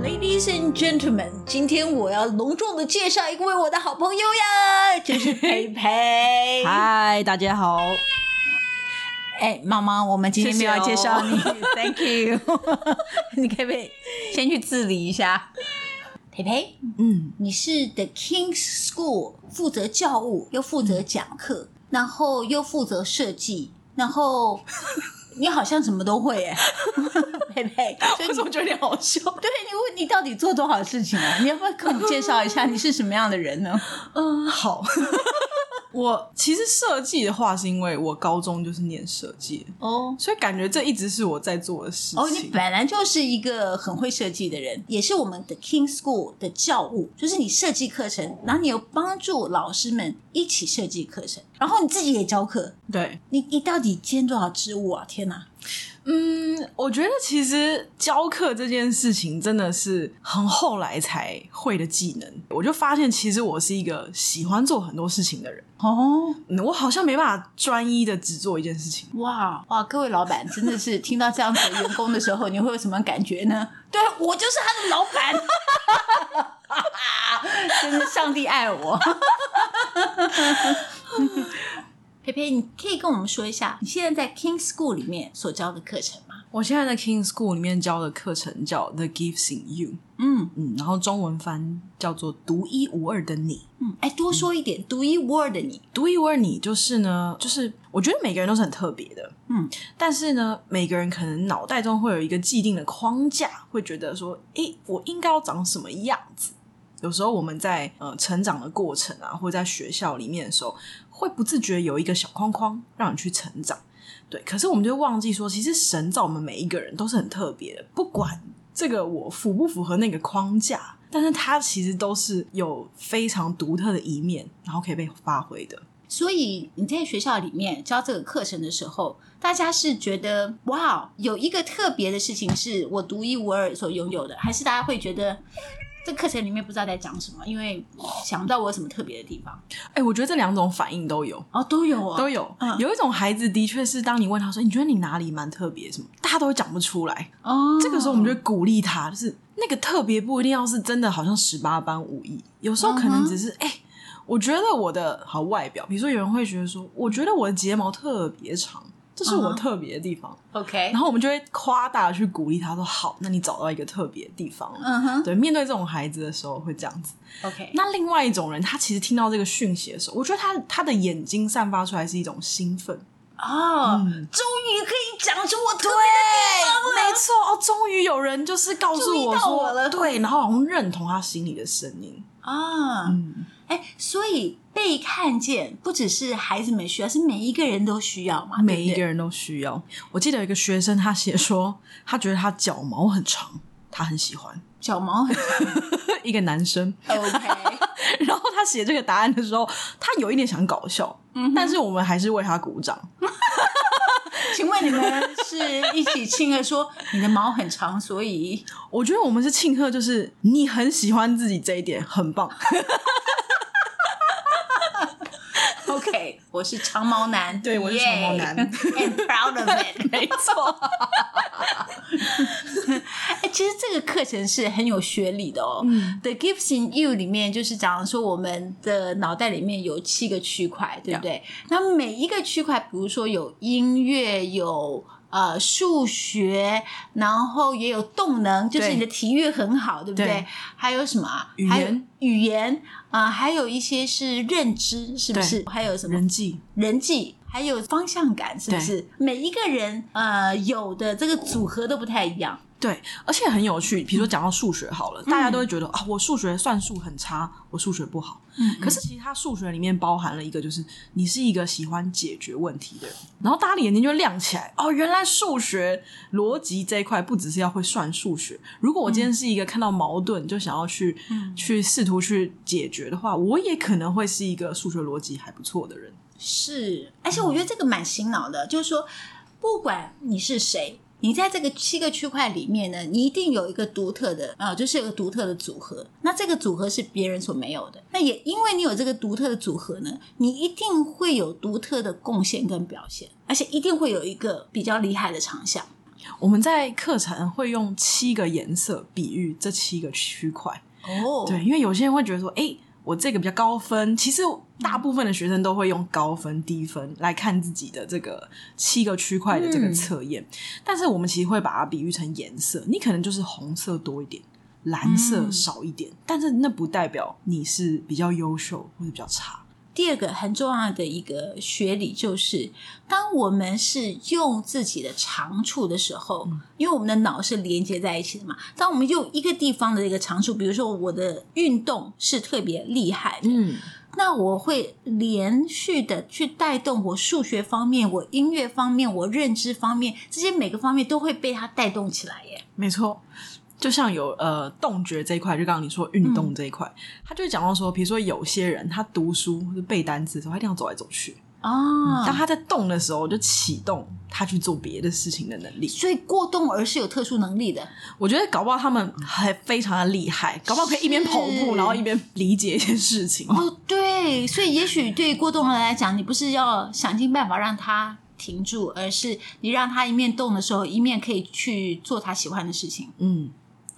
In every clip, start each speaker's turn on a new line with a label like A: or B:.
A: Ladies and gentlemen，今天我要隆重的介绍一位我的好朋友 呀，就是佩佩。
B: 嗨，大家好，
A: 哎，妈妈，我们今天没有要介绍
B: 哦
A: 你 ，Thank you 。 你可不可以先去自理一下？佩佩，
B: 嗯，
A: 你是 The King's School 负责教务，又负责讲课，
B: 嗯
A: 然后又负责设计，然 后你好像什么都会哎，佩佩，所以
B: 为
A: 你
B: 什么觉得有点好笑？
A: 对你问你到底做多少事情啊？你要不要给我们介绍一下你是什么样的人呢？
B: 嗯，好。 我其实设计的话，是因为我高中就是念设计，
A: 哦
B: 所以感觉这一直是我在做的事
A: 哦，你
B: 情。
A: 本来就是一个很会设计的人，也是我们的 King School 的教务，就是你设计课程，然后你又帮助老师们一起设计课程，然后你自己也教课。
B: 对，
A: 你你到底兼多少职务啊？天哪！
B: 嗯，我觉得其实教课这件事情真的是很后来才会的技能。我就发现，其实我是一个喜欢做很多事情的人。
A: 哦，
B: 嗯，我好像没办法专一的只做一件事情。
A: 哇哇！各位老板真的是听到这样子的员工的时候，你会有什么感觉呢？ 对我就是他的老板， 真是上帝爱我。 培培，你可以跟我们说一下你现在在 King School 里面所教的课程吗？
B: 我现在在 King School 里面教的课程叫 The Gifts in You，
A: 嗯
B: 嗯，然后中文翻叫做“独一无二的你
A: 嗯，哎，多说一点，独一无二的你”。。
B: 独一无二你就是呢，就是我觉得每个人都是很特别的，
A: 嗯，
B: 但是呢，每个人可能脑袋中会有一个既定的框架，会觉得说，诶，我应该要长什么样子。有时候我们在呃成长的过程啊，或者在学校里面的时候，会不自觉有一个小框框让你去成长。对，可是我们就忘记说，其实神造我们每一个人都是很特别的，不管这个我符不符合那个框架，但是它其实都是有非常独特的一面，然后可以被发挥的。
A: 所以你在学校里面教这个课程的时候，大家是觉得哇，有一个特别的事情是我独一无二所拥有的，还是大家会觉得这课程里面不知道在讲什么，因为想不到我有什么特别的地方？
B: 哎，我觉得这两种反应都有。
A: 哦，都有啊、
B: 都有
A: 嗯，
B: 有一种孩子的确是，当你问他说：“你觉得你哪里蛮特别？”什么，大家都会讲不出来。
A: 哦。
B: 这个时候，我们就会鼓励他，就是那个特别不一定要是真的，好像十八般武艺，有时候可
A: 嗯
B: 能
A: 哼
B: 只是哎、我觉得我的好外表，比如说有人会觉得说，我觉得我的睫毛特别长，这是
A: 嗯
B: 我
A: 哼
B: 特别的地方，
A: OK，
B: 然后我们就会夸大地去鼓励他说，好，那你找到一个特别的地方了。
A: 嗯哼
B: 对，面对这种孩子的时候会这样子。
A: ，OK，
B: 那另外一种人，他其实听到这个讯息的时候，我觉得他他的眼睛散发出来是一种兴奋，
A: 哦，
B: 嗯
A: 终于可以讲出我特别
B: 对
A: 的地方了。
B: 没错哦，终于有人就是告
A: 啊注意
B: 诉我
A: 到
B: 说，
A: 我了
B: 对，然后好像认同他心里的声音，
A: 啊，
B: 嗯，
A: 哎，所以被看见不只是孩子们需要，是每一个人都需要嘛？
B: 每一
A: 啊对不对
B: 个人都需要。我记得有一个学生，他写说，他觉得他脚毛很长，他很喜欢
A: 小毛很
B: 一个男生。
A: OK，
B: 然后他写这个答案的时候，他有一点想搞笑，
A: 嗯
B: 但是我们还是为他鼓掌。
A: 请问你们是一起亲了说你的毛很长，所以
B: 我觉得我们是庆贺，就是你很喜欢自己这一点，很棒。
A: OK，我是长毛男，
B: 对我是长毛男
A: ，and proud of it。
B: 没错，
A: 哎，其实这个课程是很有学理的哦。
B: 嗯
A: The Gifts in You 里面就是讲说我们的脑袋里面有七个区块，对不对？那每一个区块，比如说有音乐，有呃数学，然后也有动能，就是
B: 对
A: 你的体育很好，对不对？
B: 对
A: 还有什么、啊？
B: 语言
A: 还有语言啊、呃还有一些是认知，是不是？还有什么
B: 人际
A: 人际，还有方向感，是不是？每一个人呃有的这个组合都不太一样。
B: 对，而且很有趣。比如说
A: 嗯
B: 讲到数学好了，大家都会觉得啊，我数学算术很差，我数学不好。
A: 嗯
B: 可是其实它数学里面包含了一个，就是你是一个喜欢解决问题的人，然后大家的眼睛就亮起来。哦，原来数学逻辑这一块不只是要会算数学。如果我今天是一个看到矛盾就想要去、
A: 嗯
B: 去试图去解决的话，我也可能会是一个数学逻辑还不错的人。
A: 是，而且我觉得这个蛮醒脑的，就是说，不管你是谁，你在这个七个区块里面呢，你一定有一个独特的啊、呃就是有个独特的组合。那这个组合是别人所没有的。那也因为你有这个独特的组合呢，你一定会有独特的贡献跟表现，而且一定会有一个比较厉害的长项。
B: 我们在课程会用七个颜色比喻这七个区块。
A: 哦，
B: 对，，因为有些人会觉得说，哎、我这个比较高分。其实大部分的学生都会用高分、低分来看自己的这个七个区块的这个
A: 嗯
B: 测验，但是我们其实会把它比喻成颜色，你可能就是红色多一点。蓝色
A: 嗯
B: 少一点，但是那不代表你是比较优秀或者比较差。
A: 第二个很重要的一个学理就是，当我们是用自己的长处的时候，因为我们的脑是连接在一起的嘛。当我们用一个地方的一个长处，比如说我的运动是特别厉害的，
B: 嗯，
A: 那我会连续的去带动我数学方面、我音乐方面、我认知方面这些每个方面都会被它带动起来耶。
B: 没错，就像有呃动觉这一块，就刚刚你说运
A: 嗯
B: 动这一块，他就会讲到说，比如说有些人他读书或者背单词的时候，他一定要走来走去，
A: 啊，
B: 当他在动的时候，就启动他去做别的事情的能力。
A: 所以过动儿是有特殊能力的。
B: 我觉得搞不好他们还非常的厉害，搞不好可以一边跑步，
A: 是
B: 然后一边理解一些事情。
A: 哦，对，所以也许对过动儿来讲，你不是要想尽办法让他停住，而是你让他一面动的时候，一面可以去做他喜欢的事情。
B: 嗯，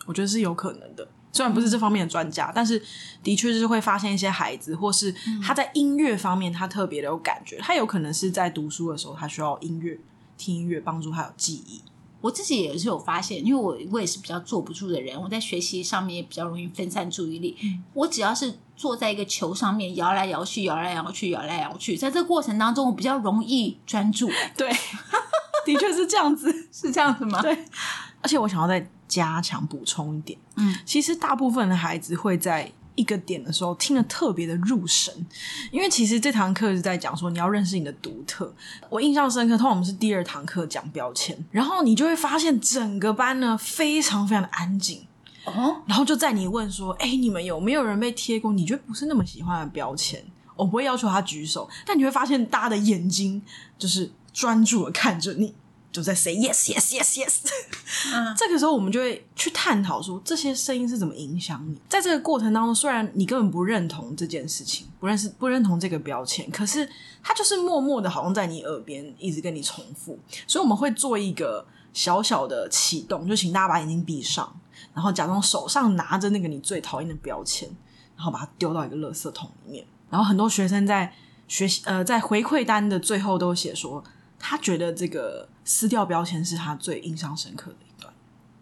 B: 我觉得是有可能的。虽然不是这方面的专家，但是的确就是会发现一些孩子，或是他在音乐方面他特别的有感觉，他有可能是在读书的时候他需要音乐听音乐帮助他有记忆。
A: 我自己也是有发现，因为我我也是比较坐不住的人，我在学习上面也比较容易分散注意力。我只要是坐在一个球上面摇来摇去、摇来摇去、摇来摇去，在这个过程当中，我比较容易专注，
B: 对， 的确是这样子。
A: 是这样子吗？
B: 对而且我想要再加强补充一点，
A: 嗯，
B: 其实大部分的孩子会在一个点的时候听得特别的入神，因为其实这堂课是在讲说你要认识你的独特。我印象深刻，通常我们是第二堂课讲标签，然后你就会发现整个班呢非常非常的安静，
A: 哦，
B: 然后就在你问说：“哎、你们有没有人被贴过你觉得不是那么喜欢的标签？”我不会要求他举手，但你会发现大家的眼睛就是专注的看着你，就在 say yes yes yes yes。
A: 嗯
B: 这个时候我们就会去探讨说这些声音是怎么影响你。在这个过程当中，虽然你根本不认同这件事情，不认识不认同这个标签，可是它就是默默的，好像在你耳边一直跟你重复。所以我们会做一个小小的启动，就请大家把眼睛闭上，然后假装手上拿着那个你最讨厌的标签，然后把它丢到一个垃圾桶里面。然后很多学生在学习呃在回馈单的最后都写说，他觉得这个撕掉标签是他最印象深刻的一段。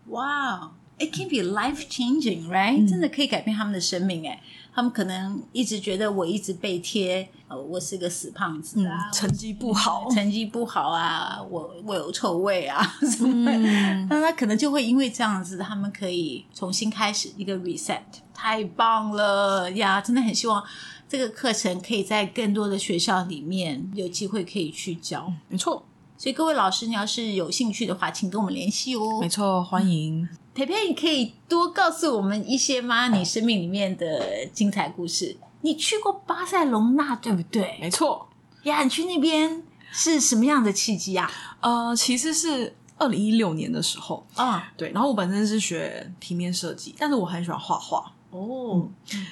A: 哇、i t can be life changing, right？、真
B: 嗯
A: 的可以改变他们的生命哎。他们可能一直觉得我一直被贴，呃，我是个死胖子啊，
B: 嗯，成绩不好
A: 我，成绩不好啊，我我有臭味 啊什么的。
B: 嗯，
A: 那他可能就会因为这样子，他们可以重新开始一个 reset，太棒了呀！真的很希望这个课程可以在更多的学校里面有机会可以去教。
B: 没错，
A: 所以各位老师，你要是有兴趣的话，请跟我们联系哦。
B: 没错，欢迎。
A: 培培，你可以多告诉我们一些吗？你生命里面的精彩故事。你去过巴塞隆纳，对不对？
B: 没错，
A: 呀，你去那边是什么样的契机啊？
B: 呃，其实是二零一六年的时候，
A: 啊，
B: 对，然后我本身是学平面设计，但是我很喜欢画画，
A: 哦，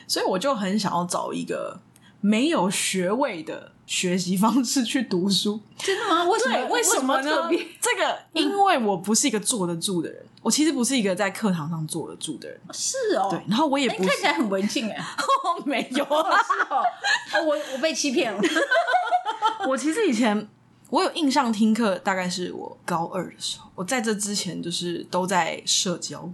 B: 所以我就很想要找一个没有学位的学习方式去读书。
A: 真的吗？为什
B: 对，
A: 么？
B: 为什么
A: 为特
B: 呢
A: 别？？
B: 这个，因为我不是一个坐得住的人，我其实不是一个在课堂上坐得住的人。
A: 是哦，
B: 对，然后我也
A: 哎
B: 不
A: 你看起
B: 是
A: 来很文静哎。
B: 没 有啊
A: 哦，是哦，哦我我被欺骗了。
B: 我其实以前我有印象听课，大概是我高二的时候。我在这之前就是都在社交，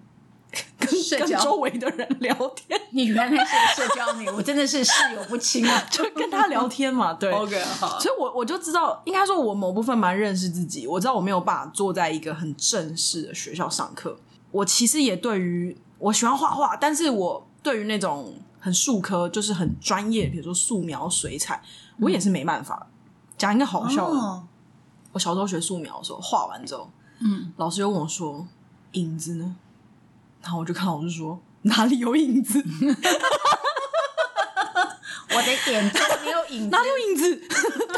B: 跟
A: 社
B: 跟
A: 交
B: 周围的人聊天，
A: 你原来是个社交女，我真的是室友不清 啊。哦
B: 就跟他聊天嘛。对
A: OK，好，
B: 所以我我就知道，应该说我某部分蛮认识自己。我知道我没有办法坐在一个很正式的学校上课。我其实也对于我喜欢画画，但是我对于那种很术科，就是很专业，比如说素描、水彩，我也是没办法。讲一个好笑的，
A: 哦，
B: 我小时候学素描的时候，画完之后，
A: 嗯，
B: 老师又问我说：“影子呢？”然后我就看老师说：“哪里有影子？
A: 我的眼中没有影子
B: 哪。里有 影子？”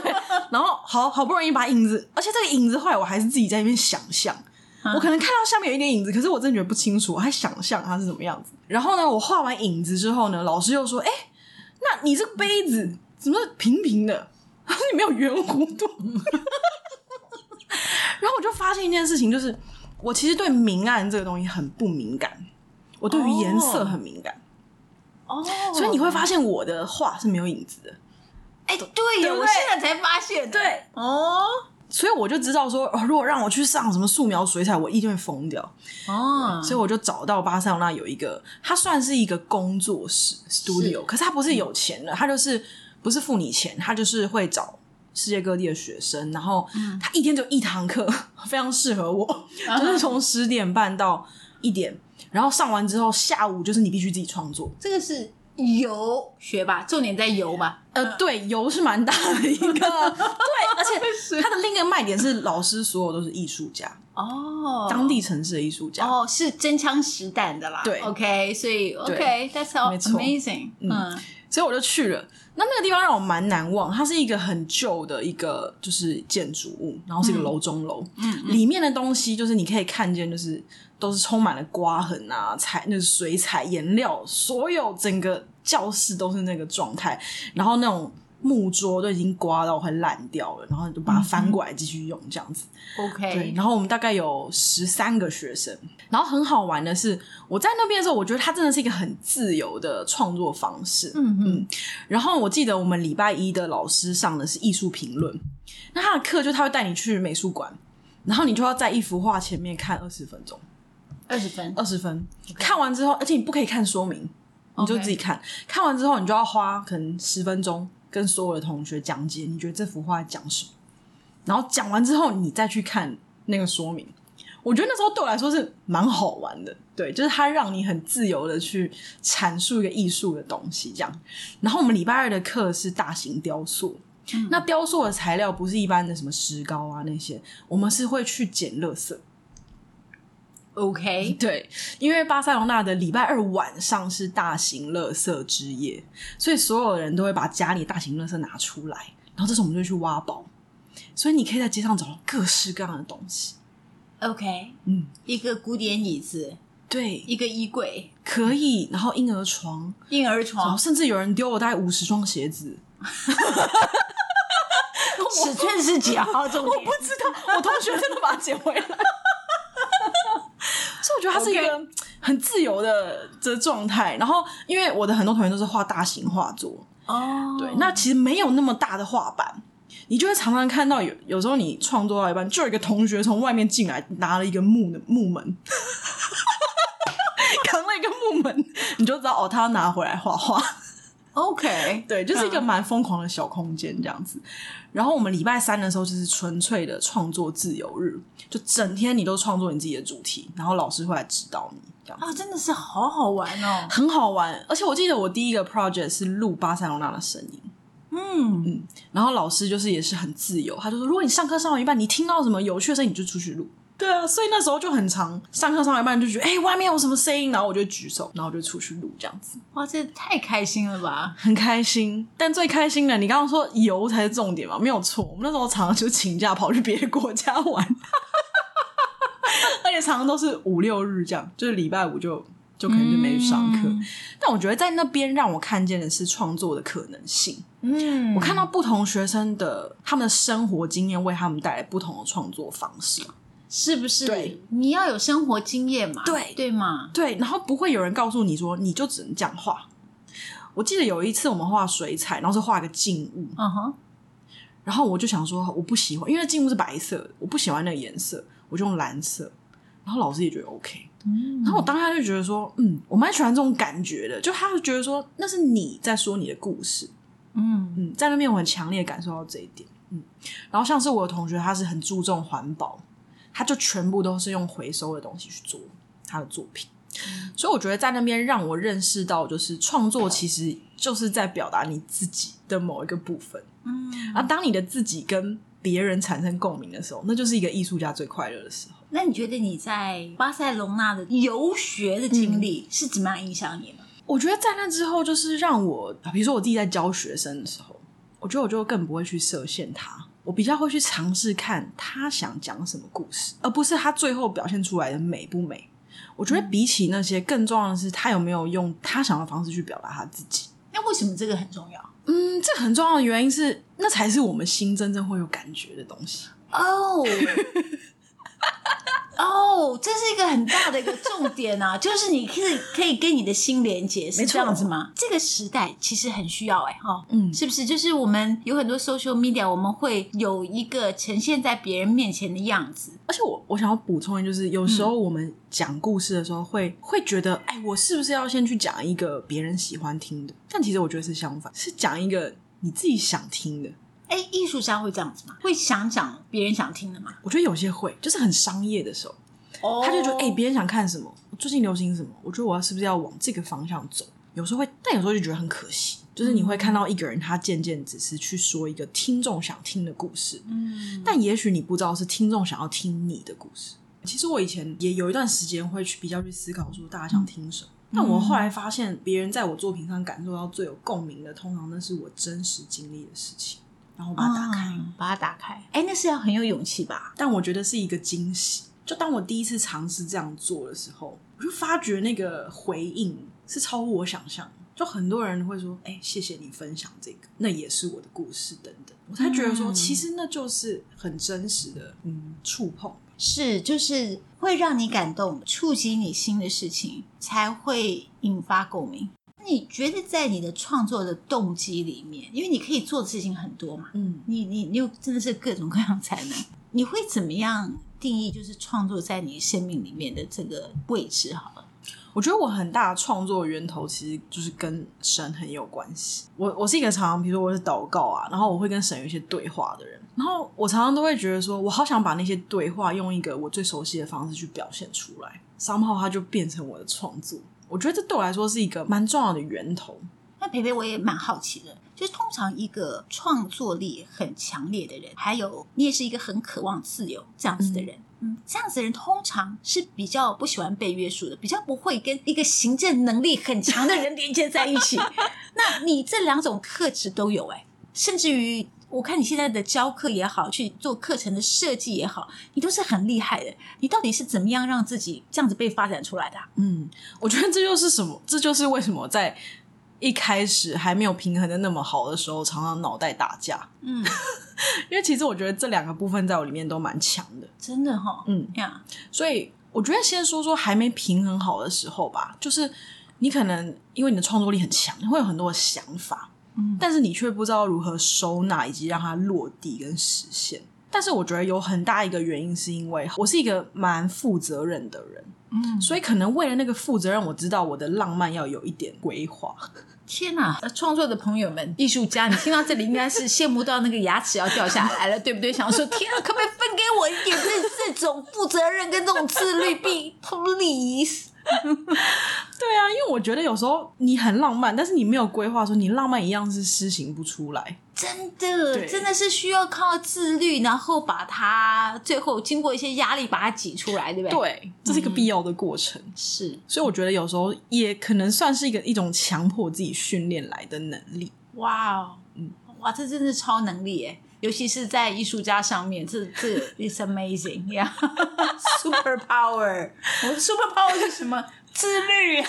B: 对，然后好好不容易把影子，而且这个影子后来我还是自己在那边想象，
A: 啊
B: 我可能看到下面有一点影子，可是我真的觉得不清楚，我还想象它是什么样子。然后呢，我画完影子之后呢，老师又说：“哎、那你这个杯子怎么平平的？ 他 说你没有圆弧度。”然后我就发现一件事情，就是我其实对明暗这个东西很不敏感，我对于颜色很敏感，
A: 哦，
B: 啊所以你会发现我的画是没有影子的。
A: 哎，对
B: 对
A: 耶，
B: 不对
A: 我现在才发现，
B: 对，
A: 哦
B: 所以我就知道说， 哦，如果让我去上什么素描、水彩，我一定会疯掉。
A: 哦，
B: 所以我就找到巴塞罗那有一个，它算是一个工作室 studio，可是它不是有钱的，它就是不是付你钱，它就是会找世界各地的学生，然后它一天就一堂课， 非常适合我，就是从十点半到一点，然后上完之后下午就是你必须自己创作。
A: 这个是油学吧，重点在油吧，
B: 呃，对，油是蛮大的一个，对，而 且它的另一个卖点是老师所有都是艺术家，
A: 哦，
B: 当地城市的艺术家，
A: 哦是真枪实弹的啦，
B: 对
A: ，OK，所以
B: 对
A: OK，that's how
B: 没错
A: amazing，嗯
B: 所以我就去了。那那个地方让我蛮难忘，它是一个很旧的一个就是建筑物，然后是一个楼中楼，
A: 嗯
B: 里面的东西就是你可以看见，就是都是充满了刮痕啊、彩那、就是水彩颜料，所有整个教室都是那个状态，然后那种。木桌都已经刮到快烂掉了，然后你就把它翻过来继续用，这样子。对，
A: ，OK，
B: 然后我们大概有十三个学生，然后很好玩的是，我在那边的时候，我觉得它真的是一个很自由的创作方式。
A: 嗯嗯，
B: 然后我记得我们礼拜一的老师上的是艺术评论，那他的课就他会带你去美术馆，然后你就要在一幅画前面看二十分钟，
A: 二十分，
B: 二十分看完之后，而且你不可以看说明，你就
A: OK
B: 自己看。看完之后，你就要花可能十分钟跟所有的同学讲解，你觉得这幅画在讲什么，然后讲完之后，你再去看那个说明。我觉得那时候对我来说是蛮好玩的，对，就是它让你很自由的去阐述一个艺术的东西，这样。然后我们礼拜二的课是大型雕塑，
A: 嗯
B: 那雕塑的材料不是一般的什么石膏啊那些，我们是会去捡垃圾。
A: OK，
B: 对，因为巴塞罗那的礼拜二晚上是大型垃圾之夜，所以所有人都会把家里的大型垃圾拿出来，然后这时候我们就去挖宝，所以你可以在街上找到各式各样的东西。
A: OK，
B: 嗯，
A: 一个古典椅子，
B: 对，
A: 一个衣柜，
B: 可以。然后婴儿床，
A: 婴儿
B: 然后
A: 床，
B: 甚至有人丢了大概五十双鞋子，
A: 尺寸是几号？重 点
B: 不知道，我同学真的把它捡回来。 所以我觉得它是一个很自由的这状态。然后，因为我的很多同学都是画大型画作，
A: 哦，
B: 对，那其实没有那么大的画板，你就会常常看到有有时候你创作到一半，就有一个同学从外面进来，拿了一个木的木门， 扛了一个木门，你就知道哦，他要拿回来画画。
A: OK，
B: 对，就是一个
A: 嗯
B: 蛮疯狂的小空间这样子。然后我们礼拜三的时候就是纯粹的创作自由日，就整天你都创作你自己的主题，然后老师会来指导你这样子。
A: 啊，真的是好好玩哦，
B: 很好玩，而且我记得我第一个 project 是录巴塞罗那的声音，
A: 嗯，
B: 然后老师就是也是很自由，他就说，如果你上课上到一半，你听到什么有趣的声音，你就出去录。对啊，所以那时候就很长，上课上到一半就觉得，哎、外面有什么声音，然后我就举手，然后我就出去录，这样子
A: 哇，这太开心了吧！
B: 很开心。但最开心的，你刚刚说游才是重点嘛，没有错。我们那时候常常就请假跑去别的国家玩， 而且常常都是五六日这样，就是礼拜五就就可能就没去上课。
A: 嗯
B: 但我觉得在那边让我看见的是创作的可能性。
A: 嗯，
B: 我看到不同学生的他们的生活经验，为他们带来不同的创作方式。
A: 是不是
B: 对？
A: 你要有生活经验嘛？
B: 对
A: 对嘛？
B: 对，然后不会有人告诉你说你就只能讲话。我记得有一次我们画水彩，然后是画个静物，
A: 嗯哼，
B: 然后我就想说我不喜欢，因为那静物是白色的，我不喜欢那个颜色，我就用蓝色。然后老师也觉得 OK，
A: 嗯
B: 然后我当下就觉得说，嗯，我蛮喜欢这种感觉的，就他就觉得说那是你在说你的故事，
A: 嗯
B: 嗯，在那边我很强烈地感受到这一点。嗯，然后像是我的同学，他是很注重环保，他就全部都是用回收的东西去做他的作品。所以我觉得在那边让我认识到，就是创作其实就是在表达你自己的某一个部分。
A: 嗯，
B: 啊，当你的自己跟别人产生共鸣的时候，那就是一个艺术家最快乐的时候。
A: 那你觉得你在巴塞隆纳的游学的经历是怎么样影响你呢？
B: 我觉得在那之后，就是让我，啊比如说我自己在教学生的时候，我觉得我就更不会去设限他，我比较会去尝试看他想讲什么故事，而不是他最后表现出来的美不美。我觉得比起那些，更重要的是他有没有用他想要的方式去表达他自己。
A: 那为什么这个很重要？
B: 嗯，这很重要的原因是，那才是我们 心真正会有感觉的东西。
A: 哦哦，个很大的一个重点啊， 就是你可以可以跟你的心连接，是
B: 没错
A: 这样子吗？这个时代其实很需要哎、哈、
B: 嗯，
A: 是不是？就是我们有很多 social media，我们会有一个呈现在别人面前的样子。
B: 而且我我想要补充，就是有时候我们讲故事的时候会、会觉得，哎，我是不是要先去讲一个别人喜欢听的？但其实我觉得是相反，是讲一个你自己想听的。
A: 哎，艺术家会这样子吗？会想讲别人想听的吗？
B: 我觉得有些会，就是很商业的时候，
A: 哦
B: 他就觉得，哎、别人想看什么，最近流行什么，我觉得我要是不是要往这个方向走？有时候会，但有时候就觉得很可惜，就是你会看到一个人，他渐渐只是去说一个听众想听的故事，
A: 嗯，
B: 但也许你不知道是听众想要听你的故事。其实我以前也有一段时间会去比较去思考说大家想听什么，但我后来发现别人在我作品上感受到最有共鸣的，通常那是我真实经历的事情，然后我把它打开。
A: 嗯把它打开。哎，那是要很有勇气吧？
B: 但我觉得是一个惊喜。就当我第一次尝试这样做的时候，我就发觉那个回应是超乎我想象的。就很多人会说：“哎、谢谢你分享这个，那也是我的故事。”等等，我才觉得说，
A: 嗯
B: 其实那就是很真实的，嗯，触碰。
A: 是，就是会让你感动、触及你心的事情，才会引发共鸣。你觉得在你的创作的动机里面，因为你可以做的事情很多嘛，
B: 嗯，
A: 你你你有真的是各种各样才能，你会怎么样定义就是创作在你生命里面的这个位置？好了，
B: 我觉得我很大的创作源头其实就是跟神很有关系。我我是一个常常，比如说我是祷告啊，然后我会跟神有一些对话的人，然后我常常都会觉得说，我好想把那些对话用一个我最熟悉的方式去表现出来，商号它就变成我的创作。我觉得这对我来说是一个蛮重要的源头。
A: 那培培我也蛮好奇的，就是通常一个创作力很强烈的人，还有你也是一个很渴望自由这样子的人。嗯这样子的人通常是比较不喜欢被约束的，比较不会跟一个行政能力很强的人连接在一 起。那你这两种特质都有哎、甚至于我看你现在的教课也好，去做课程的设计也好，你都是很厉害的。你到底是怎么样让自己这样子被发展出来的啊、
B: 嗯，我觉得这就是什么，这就是为什么在一开始还没有平衡的那么好的时候，常常脑袋打架。
A: 嗯，
B: 因为其实我觉得这两个部分在我里面都蛮强的。
A: 真的哈、
B: 嗯，
A: 呀，
B: 所以我觉得先说说还没平衡好的时候吧，就是你可能因为你的创作力很强，你会有很多的想法，
A: 嗯
B: 但是你却不知道如何收纳以及让它落地跟实现。但是我觉得有很大一个原因是因为我是一个蛮负责任的人，
A: 嗯，
B: 所以可能为了那个负责任，我知道我的浪漫要有一点规划。
A: 天哪！呃创作的朋友们、艺术家，你听到这里应该是羡慕到那个牙齿要掉下来了，对不对？想说天啊，可不可以分给我一点这这种负责任跟这种自律必 please？
B: 对啊，因为我觉得有时候你很浪漫，但是你没有规划，说你浪漫一样是施行不出来。
A: 真的，
B: 对
A: 真的是需要靠自律，然后把它最后经过一些压力把它挤出来，对嗯不对？，
B: 对，这是一个必要的过程。
A: 是
B: 所以我觉得有时候也可能算是一个一种强迫自己训练来的能力。
A: 哇哦，嗯，哇，这真的是超能力耶！尤其是在艺术家上面，这 这 is amazing 呀、yeah.，super power。我 的 super power 是什么？自 律。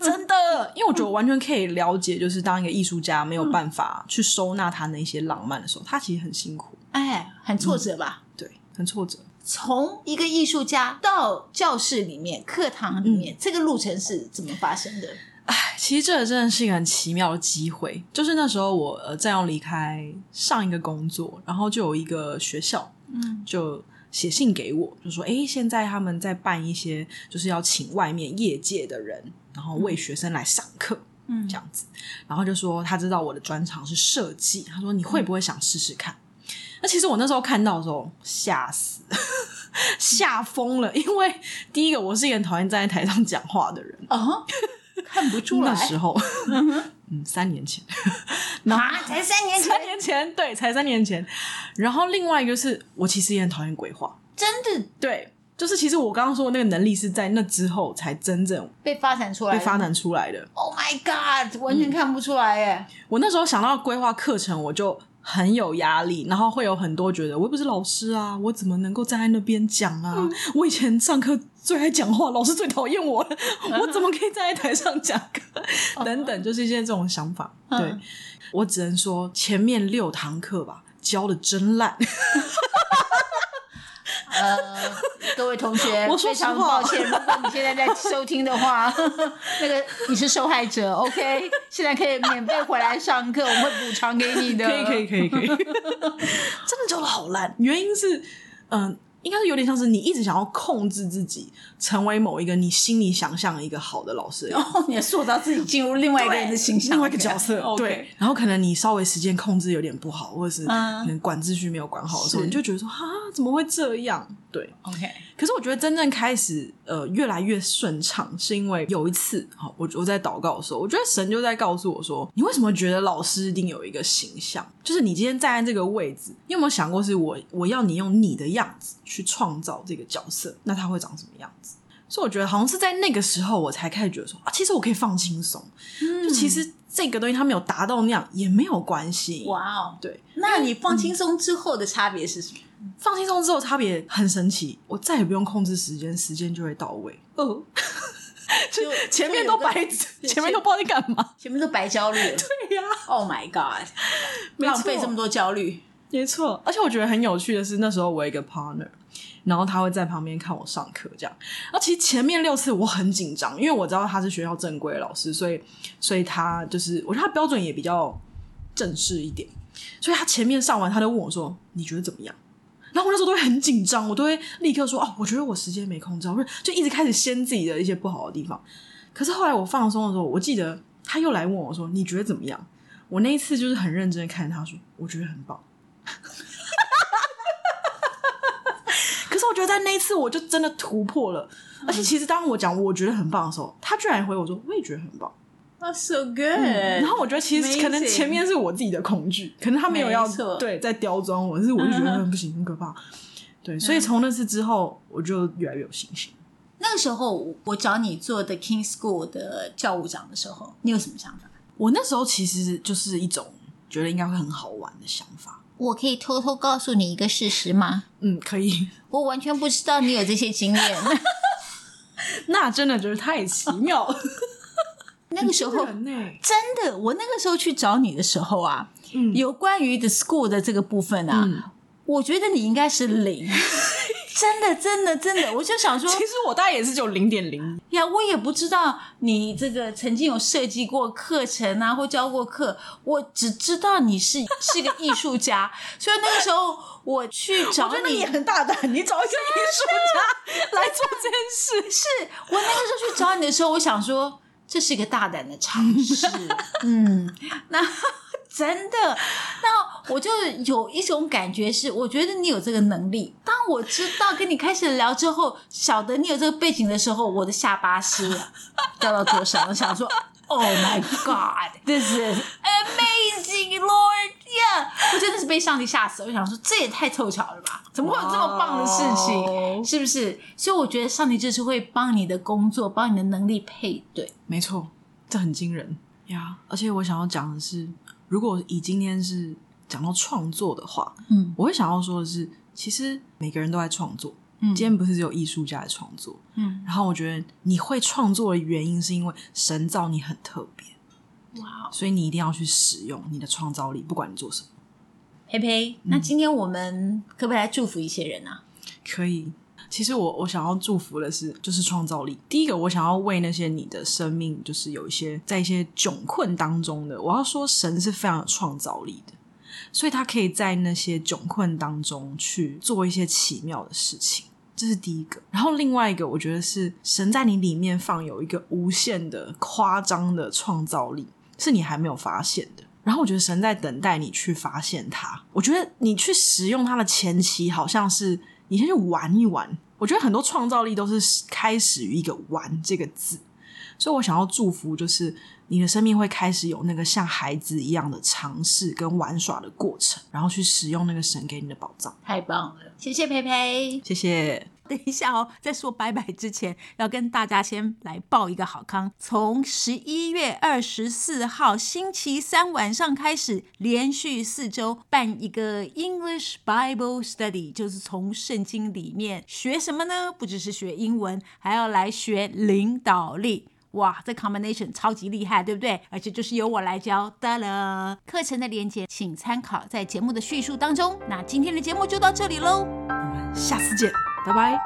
B: 真的，因为我觉得我完全可以了解，就是当一个艺术家没有办法去收纳他那些浪漫的时候，他其实很辛苦，
A: 哎，很挫折吧？
B: 对，很挫折。
A: 从一个艺术家到教室里面、课堂里
B: 嗯
A: 面，这个路程是怎么发生的？
B: 唉其实这真的是一个很奇妙的机会，就是那时候我呃正要离开上一个工作，然后就有一个学校
A: 嗯
B: 就写信给我，就说：“诶，现在他们在办一些，就是要请外面业界的人，然后为学生来上课。
A: 嗯
B: 这样子，然后就说他知道我的专长是设计，他说你会不会想试试看？那其实我那时候看到的时候吓死， 吓疯了，因为第一个我是一个很讨厌站在台上讲话的人，
A: 哦，看不出来
B: 那时候， 嗯，三年前，
A: 啊，才三年
B: 三
A: 前，
B: 年前，对，才三年前。然后另外一个是我其实也很讨厌鬼话，
A: 真的
B: 对，就是其实我刚刚说的那个能力是在那之后才真正
A: 被发展出来
B: 被
A: 了，
B: 发嗯展出来的。
A: Oh my God，完全看不出来耶！
B: 我那时候想到规划课程，我就很有压力，然后会有很多觉得我又不是老师啊，我怎么能够站在那边讲啊？我以前上课最爱讲话，老师最讨厌我了，我怎么可以站在台上讲课？等等，就是一些这种想法。
A: 嗯
B: 对我只能说前面六堂课吧，教的真烂。
A: 呃，各位同学，
B: 我说
A: 非
B: 实
A: 常
B: 话
A: 抱歉，如果你现在在收听的话， 那个你是受害者，OK？现在可以免费回来上课，我们会补偿给你的。
B: 可以可以可以可以，真嗯的教的好烂。原因是，嗯、应该是有点像是你一直想要控制自己，成为某一个你心里想象一个好的老师的样
A: 然
B: 子，
A: 后哦你也塑造自己进入另外一个人的形象，
B: 哦另外一个角色。
A: OK
B: 对，然后可能你稍微时间控制有点不好，或者是
A: 嗯
B: 可能管秩序没有管好的时候，
A: 是
B: 你就觉得说啊，怎么会这样？对，
A: OK，
B: 可是我觉得真正开始呃越来越顺畅，是因为有一次，好，我我在祷告的时候，我觉得神就在告诉我说，你为什么觉得老师一定有一个形象？就是你今天站在这个位置，你有没有想过是我我要你用你的样子去创造这个角色，那他会长什么样子？所以我觉得好像是在那个时候，我才开始觉得说啊，其实我可以放轻松，
A: 嗯
B: 就其实这个东西他没有达到那样也没有关系。
A: 哇哦，
B: 对，
A: 那你放轻松之后的差别是什么？
B: 放轻松之后差别很神奇，我再也不用控制时间，时间就会到位。
A: 哦，就
B: 前面都 白痴，前面都不知道在干嘛。
A: 前面都白焦虑了。
B: 对呀、
A: Oh my god！
B: 没错
A: 浪费这么多焦虑，
B: 没错。而且我觉得很有趣的是，那时候我有一个 partner，然后他会在旁边看我上课这样。然后其实前面六次我很紧张，因为我知道他是学校正规的老师，所以所以他就是我觉得他标准也比较正式一点。所以他前面上完，他就问我说：“你觉得怎么样？”然后我那时候都会很紧张，我都会立刻说：“哦，我觉得我时间没控制好，或者就一直开始掀自己的一些不好的地方。”可是后来我放松的时候，我记得他又来问我说：“你觉得怎么样？”我那一次就是很认真的看着他说：“我觉得很棒。”可是我觉得在那一次，我就真的突破了。而且其实当我讲我觉得很棒的时候，他居然回我说：“我也觉得很棒。
A: 啊，so good。嗯
B: 然后我觉得其实
A: Amazing
B: 可能前面是我自己的恐惧，可能他没有要
A: 没错
B: 对在刁钻我，是我就觉得嗯不行，很可怕。对，所以从那次之后，我就越来越有信心。
A: 那个时候我找你做的 King School 的教务长的时候，你有什么想法？
B: 我那时候其实就是一种觉得应该会很好玩的想法。
A: 我可以偷偷告诉你一个事实吗？
B: 嗯，可以。
A: 我完全不知道你有这些经验。
B: 那真的就是太奇妙了。
A: 那个时候
B: 呢、
A: 真的，我那个时候去找你的时候啊，
B: 嗯
A: 有关于 the school 的这个部分啊，
B: 嗯
A: 我觉得你应该是零， 真的，真的，真的，我就想 说
B: 其，实我大概也是只有零点零，
A: 呀，我也不知道你这个曾经有设计过课程啊，或教过课，我只知道你是是个艺术家，所以那个时候我去找 你。
B: 很大胆，你找一个艺术家 来做这件事。
A: 是我那个时候去找你的时候，我想说这是一个大胆的尝试，嗯，那真的，那我就有一种感觉是，我觉得你有这个能力。当我知道跟你开始聊之后，晓得你有这个背景的时候，我的下巴是掉到桌上，我想说。Oh my God, this is amazing, Lord! Yeah，我真的是被上帝吓死了。我想说，这也太凑巧了吧？怎么会有这么棒的事情
B: 哇哦
A: 是不是？所以我觉得上帝就是会帮你的工作，帮你的能力配对。
B: 没错，这很惊人呀。而且我想要讲的是，如果以今天是讲到创作的话，
A: 嗯
B: 我会想要说的是，其实每个人都在创作。
A: 嗯
B: 今天不是只有艺术家在创作，
A: 嗯，
B: 然后我觉得你会创作的原因是因为神造你很特别，
A: 哇哦，
B: 所以你一定要去使用你的创造力，不管你做什么。
A: 佩佩，那今天我们可不可以来祝福一些人啊？
B: 可以。其实我我想要祝福的是，就是创造力。第一个，我想要为那些你的生命，就是有一些在一些窘困当中的，我要说神是非常有创造力的，所以他可以在那些窘困当中去做一些奇妙的事情，这是第一个。然后另外一个，我觉得是神在你里面放有一个无限的夸张的创造力，是你还没有发现的。然后我觉得神在等待你去发现它。我觉得你去使用它的前期，好像是你先去玩一玩。我觉得很多创造力都是开始于一个“玩”这个字，所以我想要祝福，就是你的生命会开始有那个像孩子一样的尝试跟玩耍的过程，然后去使用那个神给你的宝藏。
A: 太棒了，谢谢佩佩。
B: 谢谢。
C: 等一下哦，在说拜拜之前，要跟大家先来报一个好康。从十一月二十四号星期三晚上开始，连续四周办一个 English Bible Study，就是从圣经里面学什么呢？不只是学英文，还要来学领导力。
A: 哇，这 combination 超级厉害，对不对？而且就是由我来教的了。课程的连接请参考在节目的叙述当中。那今天的节目就到这里喽，
B: 下次见，拜拜。